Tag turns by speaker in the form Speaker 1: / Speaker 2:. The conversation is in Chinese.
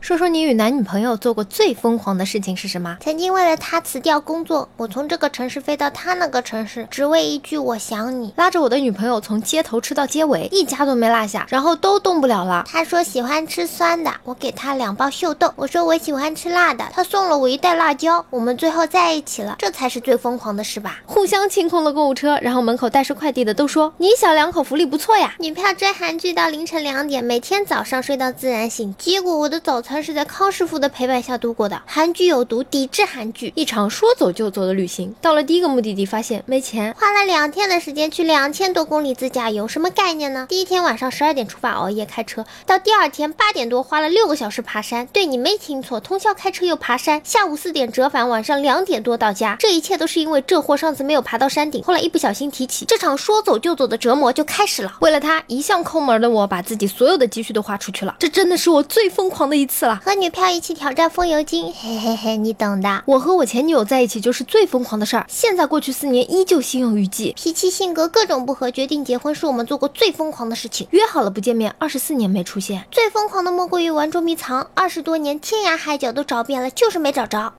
Speaker 1: 说说你与男女朋友做过最疯狂的事情是什么？
Speaker 2: 曾经为了他辞掉工作，我从这个城市飞到他那个城市，只为一句我想你。
Speaker 1: 拉着我的女朋友从街头吃到街尾，一家都没落下，然后都动不了了。
Speaker 2: 他说喜欢吃酸的，我给他两包秀豆。我说我喜欢吃辣的，他送了我一袋辣椒。我们最后在一起了，这才是最疯狂的事吧？
Speaker 1: 互相清空了购物车，然后门口带是快递的都说你小两口福利不错呀。
Speaker 2: 女票追韩剧到凌晨两点，每天早上睡到自然醒。结果我的早餐是在康师傅的陪伴下度过的。韩剧有毒，抵制韩剧。
Speaker 1: 一场说走就走的旅行，到了第一个目的地发现没钱，
Speaker 2: 花了两天的时间去两千多公里自驾游，什么概念呢？第一天晚上十二点出发，熬夜开车，到第二天八点多花了六个小时爬山。对你没听错，通宵开车又爬山，下午四点折返，晚上两点多到家。这一切都是因为这货上次没有爬到山顶，后来一不小心提起，这场说走就走的折磨就开始了。
Speaker 1: 为了他，一向抠门的我把自己所有的积蓄都花出去了，这真的是我最疯狂的一次了。
Speaker 2: 和女票一起挑战风油精，嘿嘿嘿，你懂的。
Speaker 1: 我和我前女友在一起就是最疯狂的事儿，现在过去四年依旧心有余悸。
Speaker 2: 脾气、性格各种不合，决定结婚是我们做过最疯狂的事情。
Speaker 1: 约好了不见面，二十四年没出现。
Speaker 2: 最疯狂的莫过于玩捉迷藏，二十多年天涯海角都找遍了，就是没找着。